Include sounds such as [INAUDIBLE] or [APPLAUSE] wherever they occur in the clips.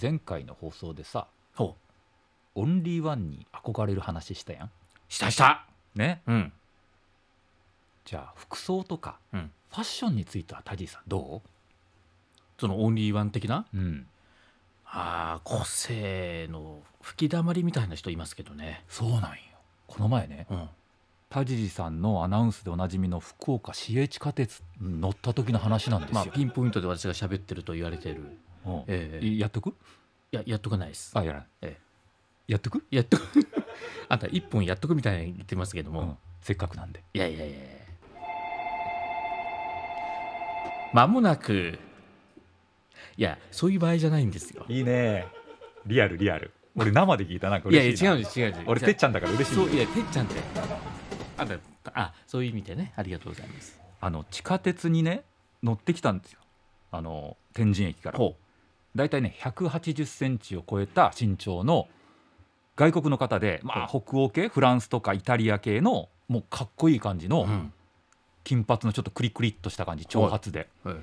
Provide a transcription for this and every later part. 前回の放送でさほオンリーワンに憧れる話したやんうしたしたねうんじゃあ服装とか、うんファッションについてはタディさんどそのオンリーワン的なううんあー個性の吹きだまりみたいな人いますけどねそうなんよこの前ねうんタジジさんのアナウンスでおなじみの福岡市営地下鉄に乗った時の話なんですまあよ、ピンポイントで私が喋ってると言われているうんええいやっとくいややっとかないですあやらない、えやっとく、やっと [LAUGHS] あんた一本やっとくみたいに言ってますけども、うんせっかくなんでいやいやいやいやまもなくいやそういう場合じゃないんですよいいねリアルリアル俺生で聞いたなんかいやいや違うんです違うんです違うゃんだから嬉そういやてっちゃんってあんたあそういう意味でねありがとうございますあの地下鉄にね乗ってきたんですよあの天神駅からほ大体ね1 8 0ンチを超えた身長の外国の方で、まあ、北欧系フランスとかイタリア系のもうかっこいい感じう、のうん金髪のちょっとクリクリっとした感じ長髪で、はい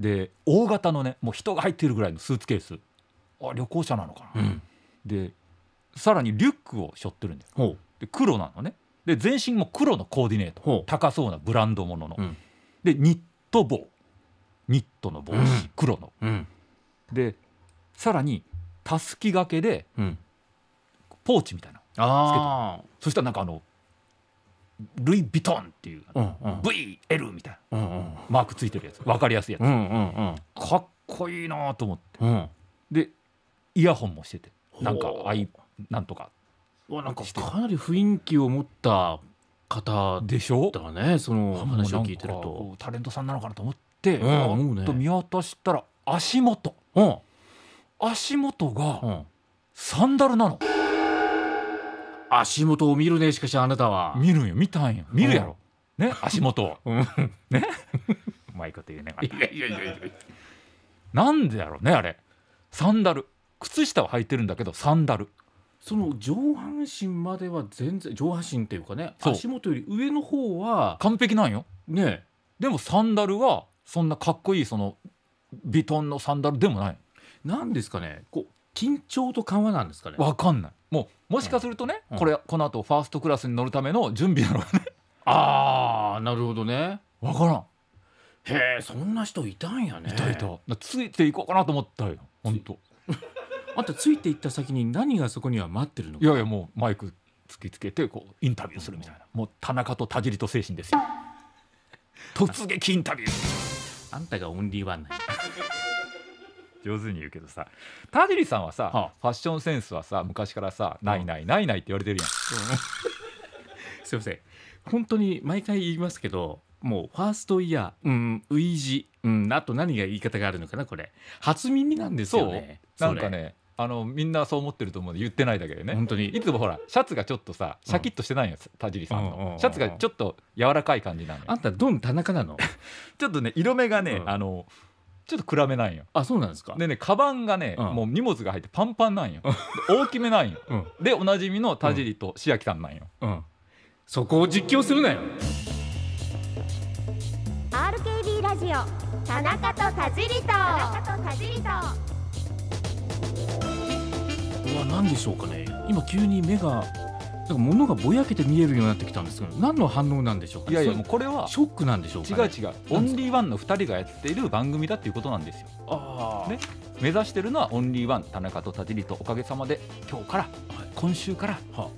で大型のねもう人が入ってるぐらいのスーツケースあ旅行者なのかうな、ん、でさらにリュックを背負ってるんだよほで黒なのねで全身も黒のコーディネートうほ高そうなブランドものの、うんでニット帽ニットの帽子、うん黒のううんでさらにたすき掛けでうんポーチみたいなあそしたらなんかあのルイ・ヴィトンっていうあうんうん VL みたいなうんうんマークついてるやつ分かりやすいやつ、うんうんうんかっこいいなと思ってうんでイヤホンもしててなんかほうアイなんとかうわなんかかなり雰囲気を持った方でしょだねそのもうなん話かを聞いてるとタレントさんなのかなと思って、んパー思うッねと見渡したら足元うん足元うがんサンダルなの、足元を見るねしかしあなたは見るんよ見たんよ見るやろ、ね足元 [LAUGHS] をうんいうまいこと言うねやいやいやいやなんでやろうねあれサンダル靴下は履いてるんだけどサンダル [LAUGHS] その上半身までは全然上半身っていうかねそう足元より上の方は完璧なんよねでもサンダルはそんなかっこいいそのヴィトンのサンダルでもないなんですかねこう緊張と緩和なんですかねわかんないもうもしかするとね、うんこれこの後ファーストクラスに乗るための準備なのかねああなるほどねわからんへえそんな人いたんやねいたいた、なついていこうかなと思ったよ本当あんたついていった先に何がそこには待ってるのいかやいやもうマイク突きつけてこうインタビューするみたいなもう田中と田尻と精神ですよ突撃インタビューあんたがオンリーワンなんや上手に言うけどさ田尻さんはさ、はあファッションセンスはさ昔からさ「んないないないない」って言われてるやん [LAUGHS] すいません本当に毎回言いますけどもうファーストイヤーうんウイジうんあと何が言い方があるのかなこれ初耳なんですよねなそんれかねあのみんなそう思ってると思うんで言ってないだけでね本当いにつもほらシャツがちょっとさシャキッとしてないよ、田尻さんうんうんうんうのんシャツがちょっと柔らかい感じなのよあんたドン田中なのちょっとね色目がね、うんあのちょっと暗めなんよ [LAUGHS] あそうなんですかでねカバンがね、うんもう荷物が入ってパンパンなんよ、大きめなんようんでおなじみの田尻と千秋さんなんよ、うんそこを実況するなよ RKB ラジオ田中と田尻と田中と田尻とうわ何でしょうかね今急に目がなんか物がぼやけて見えるようになってきたんですけど何の反応なんでしょうかいね、やいやそもうれこれはショックなんでしょう違か、うね、違うオンリーワンの2人がやっている番組だっていうことなんですよああ、ね目指してるのはオンリーワン田中と田尻とおかげさまで今日から、今週からは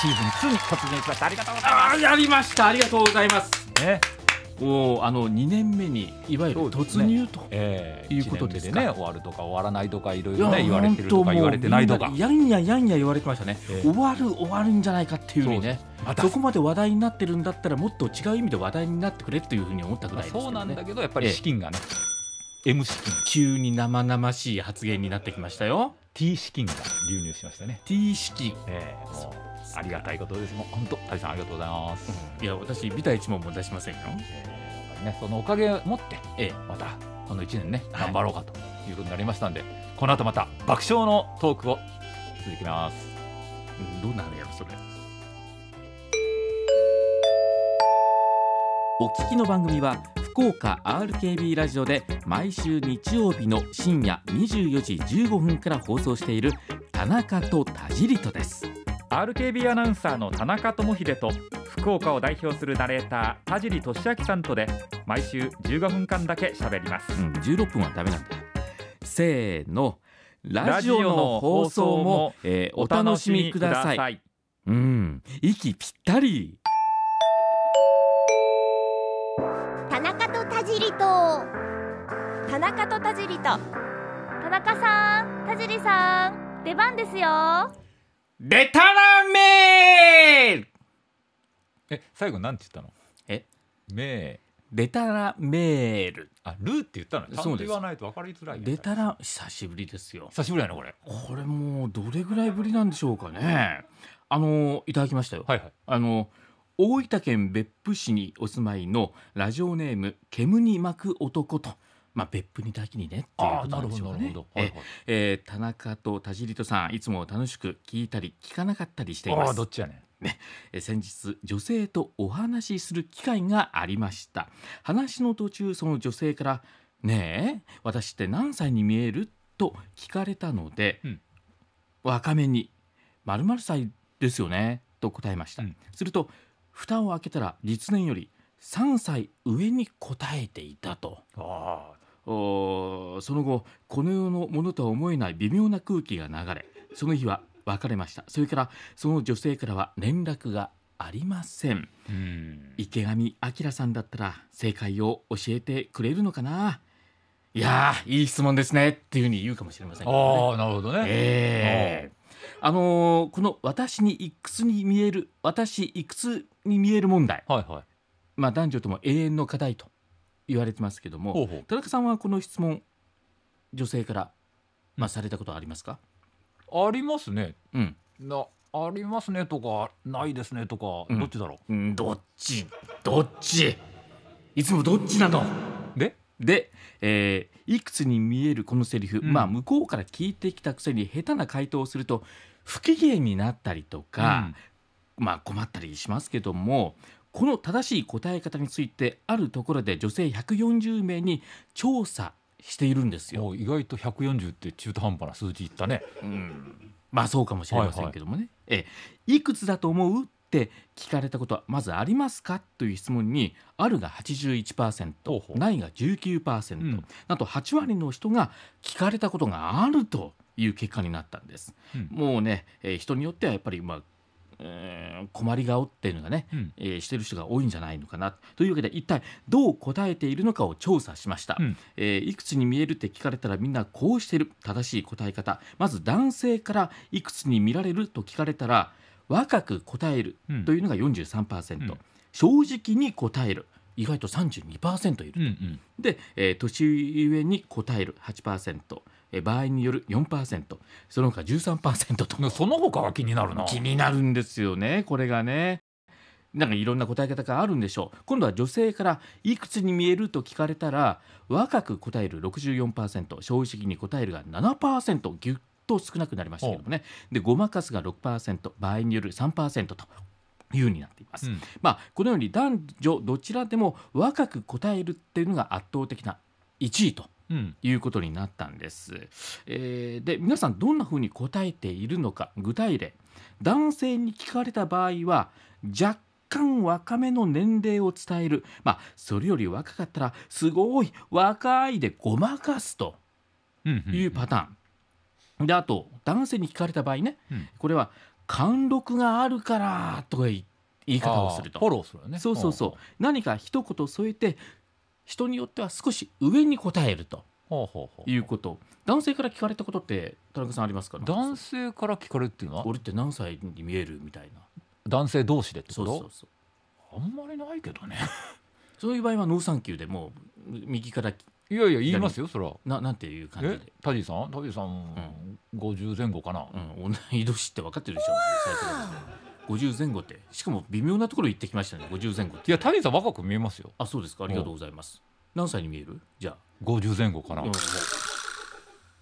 シーズン2に突入しましたありがとうございまああやりましたありがとうございますす、ねもうあの2年目にいわゆるそうです突ね入と、えいうことですか一年目ね終わるとか終わらないとかいろいいやろね言われてるとか本当もう言われてないとかみんやんややんや言われてましたね、ええ終わる終わるんじゃないかっていうふうにねまたそこまで話題になってるんだったらもっと違う意味で話題になってくれっていうふうに思ったぐらいですけそうどなんだねけどやっぱり資金がね、M 資金急に生々しい発言になってきましたよ T 資金が流入しましたね、 T 式ええそもううありがたいことですもう本当田尻さんありがとうございます、いや私ビタ一問も出しませんよええね、そのおかげをもってええまたこの1年ねは頑い張ろうかということになりましたんで、この後また爆笑のトークを続きますうんどうなるやろそれお聞きの番組は福岡 RKB ラジオで毎週日曜日の深夜24時15分から放送している田中と田尻とです RKB アナウンサーの田中智秀と福岡を代表するナレーター田尻俊明さんとで毎週15分間だけ喋りますうん、16分はダメなんだせーのラジオの放送も、えーお楽しみくださいいうん息ぴったり田中と田尻と田中と田尻と田中さん田尻さん出番ですよでたらめーえ最後なんて言ったのえめでたらメールあルーって言ったのちゃんそとうです言わないと分かりづらいよでたら久しぶりですよ久しぶりだねこれこれもうどれぐらいぶりなんでしょうかねあのいただきましたよ、はいはいあの大分県別府市にお住まいのラジオネーム煙に巻く男とまあ別府にだけにねっていうことなんでしょうかねはえいええー田中と田尻とさんいつも楽しく聞いたり聞かなかったりしていはい、あまあすどっちやねえー先日女性とお話しする機会がありました話の途中その女性から「ねえ私って何歳に見える?」と聞かれたので、うん若めに「まる歳ですよね」と答えました、うんすると蓋を開けたら実年より3歳上に答えていたと。ああおーその後この世のものとは思えない微妙な空気が流れその日は別れましたそれからその女性からは連絡がありませんうん池上彰さんだったら正解を教えてくれるのかないやーいい質問ですねっていうふうに言うかもしれませんけどねああなるほどね、ええあのーこの私にいくつに見える私いくつに見える問題、はいはいまあ、男女とも永遠の課題と言われてますけどもほうほう田中さんはこの質問女性から、まあ、されたことはありますか、ありますね。うんなありますねとかないですねとか、うんどっちだろうん、どっちどっちいつもどっちなのう。で、で、えーいくつに見えるこのセリフ、うんまあ向こうから聞いてきたくせに下手な回答をすると不機嫌になったりとか、まあ困ったりしますけどもこの正しい答え方についてあるところで女性140名に調査しているんですうん、よ。お意外と140って中途半端な数字いったね。うんまあそうかもしれませんけどもね、ええいくつだと思うって聞かれたことはまずありますかという質問にあるが81%ほうほうないが19%、うんなんと8割の人が聞かれたことがあるという結果になったんです、うんもうね、えー人によってはやっぱりまあ、えー困り顔っていうのがね、うんえーしてる人が多いんじゃないのかなというわけで一体どう答えているのかを調査しました、うんえーいくつに見えるって聞かれたらみんなこうしてる正しい答え方まず男性からいくつに見られると聞かれたら若く答えるうんというのが43%、うん正直に答える意外と32%いうるんうん。で、えー年上に答える8%、えー場合による4%その他13%とでその他が気になるな。気になるんですよねこれがねなんかいろんな答え方があるんでしょう今度は女性からいくつに見えると聞かれたら若く答える64%正直に答えるが7%ぎゅっと少なくなりましたけどもねでごまかすが6%場合による3%というようになっています、うんまあこのように男女どちらでも若く答えるっていうのが圧倒的な1位とうん。いうことになったんです。えーで皆さんどんなふうに答えているのか具体例男性に聞かれた場合は若干若めの年齢を伝えるまあそれより若かったら「すごい若い」でごまかすとうんうん。いうパターン、であと男性に聞かれた場合ね、うんこれは「貫禄があるから」とか言い言い方をするとあーフォローするよね。そうそうそう、何か一言添えて人によっては少し上に答えると。うん。ほうほうほう。いうこと男性から聞かれたことって田中さんありますか男性から聞かれるっていうのは俺って何歳に見えるみたいな男性同士でってそこうとそうそうあんまりないけどねそういう場合はノーサンキューでもう右からいやいや言いますよそらななんていう感じえで、タジさんタジさん、50前後かなうん、同い年って分かってるでしょ最初から50前後ってしかも微妙なところ行ってきましたね50前後っていやタジさん若く見えますよあそうですかありがとうございます何歳に見えるじゃあ50前後かな、うんもう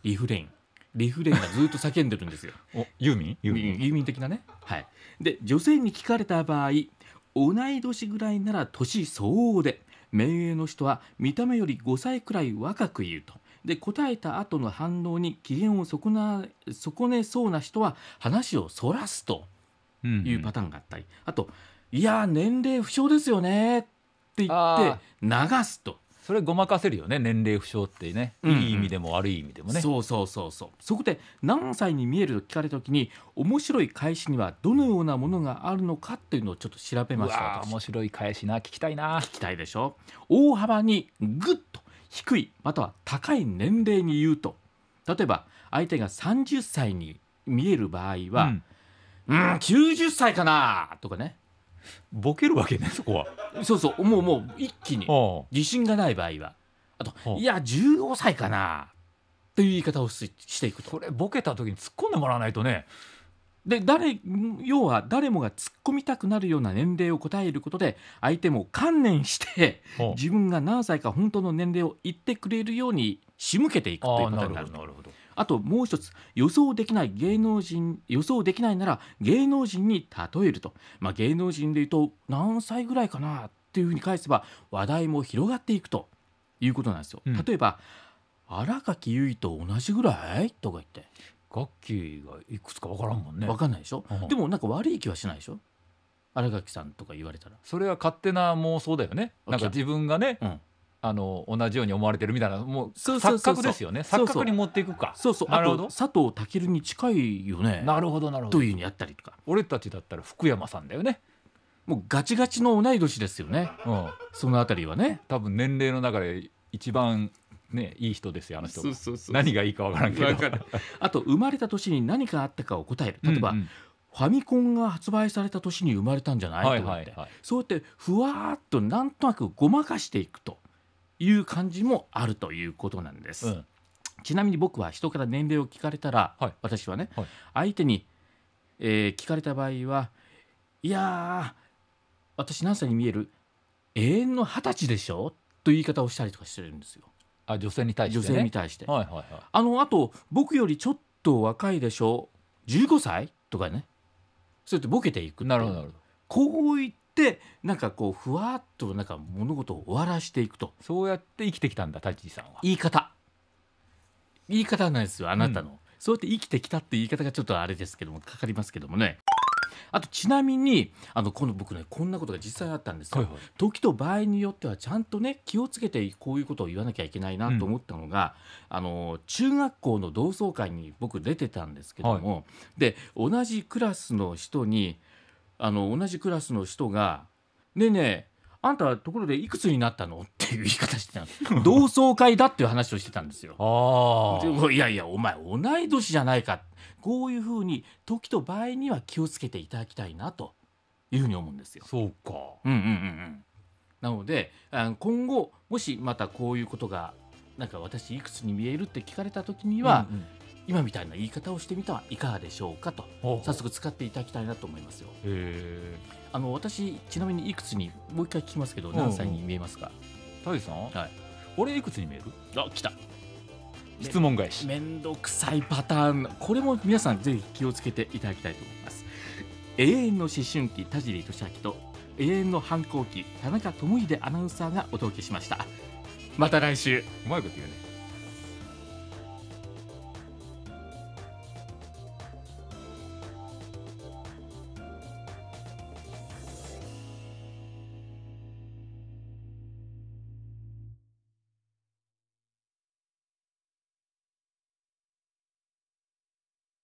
リフレインリフレインがずっと叫んでるんですよおユーミンユーミン郵便的なね、はい、で女性に聞かれた場合同い年ぐらいなら年相応で目上の人は見た目より5歳くらい若く言うとで答えた後の反応に機嫌を損な損ねそうな人は話をそらすとうんいうパターンがあったり、あと「いやー年齢不詳ですよね」って言ってあ流すと、それごまかせるよね年齢不詳ってねうんうんいい意味でも悪い意味でもね、そうそうそうそうそこで何歳に見えると聞かれた時に面白い返しにはどのようなものがあるのかっていうのをちょっと調べうましたわー私面白い返しな聞きたいな聞きたいでしょ大幅にグッと低いまたは高い年齢に言うと例えば相手が30歳に見える場合うはん「うん、90歳かな」とかねボケるわけねそこはそうそうもうもう一気にお自信がない場合はあとほ「ういや15歳かな」という言い方をししていくとそれボケた時に突っ込んでもらわないとねで誰要は誰もが突っ込みたくなるような年齢を答えることで相手も観念してお自分が何歳か本当の年齢を言ってくれるように仕向けていくというあこあとなにるなほるどなるほどあともう一つ予想できない芸能人予想できないなら芸能人に例えると、まあ、芸能人でいうと何歳ぐらいかなっていうふうに返せば話題も広がっていくということなんですよ、うん例えば新垣結衣と同じぐらいとか言って楽器がいくつかわからんもんね分かんないでしょ、うんでもなんか悪い気はしないでしょ新垣さんとか言われたらそれは勝手な妄想だよねなんか自分がね、うんあの同じように思われてるみたいなもうそうそうそ錯うそう覚ですよねそう錯そう覚に持っていくかそうそうなあるほとど佐藤健に近いよねなるほどなるほどというふうにやったりとか俺たちだったら福山さんだよね、もうガチガチの同い年ですよねうん、そのあたりはね多分年齢の中で一番ねいい人ですよあの人がそうそ何がいいかわからんけどわかるあと生まれた年に何かあったかを答える例えば、うんうんファミコンが発売された年に生まれたんじゃない、はいとかはっいて、はいそうやってふわーっとなんとなくごまかしていくという感じもあるということなんです、うんちなみに僕は人から年齢を聞かれたら、はい私はね、はい相手に、えー聞かれた場合はいやー私何歳に見える永遠の二十歳でしょという言い方をしたりとかしてるんですよあ女性に対して女ね性に対して。はいはいはいあの、あと、僕よりちょっと若いでしょ ?15 歳とかね。そうやってボケていくっていうなるほどなるほどこう言って、なんかこう、ふわっとなんか物事を終わらしていくと。そうやって生きてきたんだ太一さんは言い方。言い方なんですよ、あなたの。そうやって生きてきたって言い方がちょっとあれですけども、かかりますけどもね。あと、ちなみに、あの、この僕ね、こんなことが実際あったんですよ。はい時と場合によってはちゃんとね気をつけてこういうことを言わなきゃいけないなと思ったのが、あの中学校の同窓会に僕出てたんですけども、で同じクラスの人にあの同じクラスの人が「ねえねえあんたところでいくつになったの?」っていう言い方してたの同窓会だっていう話をしてたんですよ。あでもいやいやお前同い年じゃないかこういうふうに時と場合には気をつけていただきたいなというふうに思うんですよあ。そうかうんうんうんうんなのであの今後もしまたこういうことがなんか私いくつに見えるって聞かれた時には、うんうん今みたいな言い方をしてみてはいかがでしょうかとほうほう早速使っていただきたいなと思いますよえあの私ちなみにいくつにもう一回聞きますけどうんうん何歳に見えますか、ー太一さんはい俺いくつに見えるあ来た質問返しめんどくさいパターンこれも皆さんぜひ気をつけていただきたいと思います永遠の思春期田尻俊明と永遠の反抗期田中智英アナウンサーがお届けしましたまた来週うまいこと言うね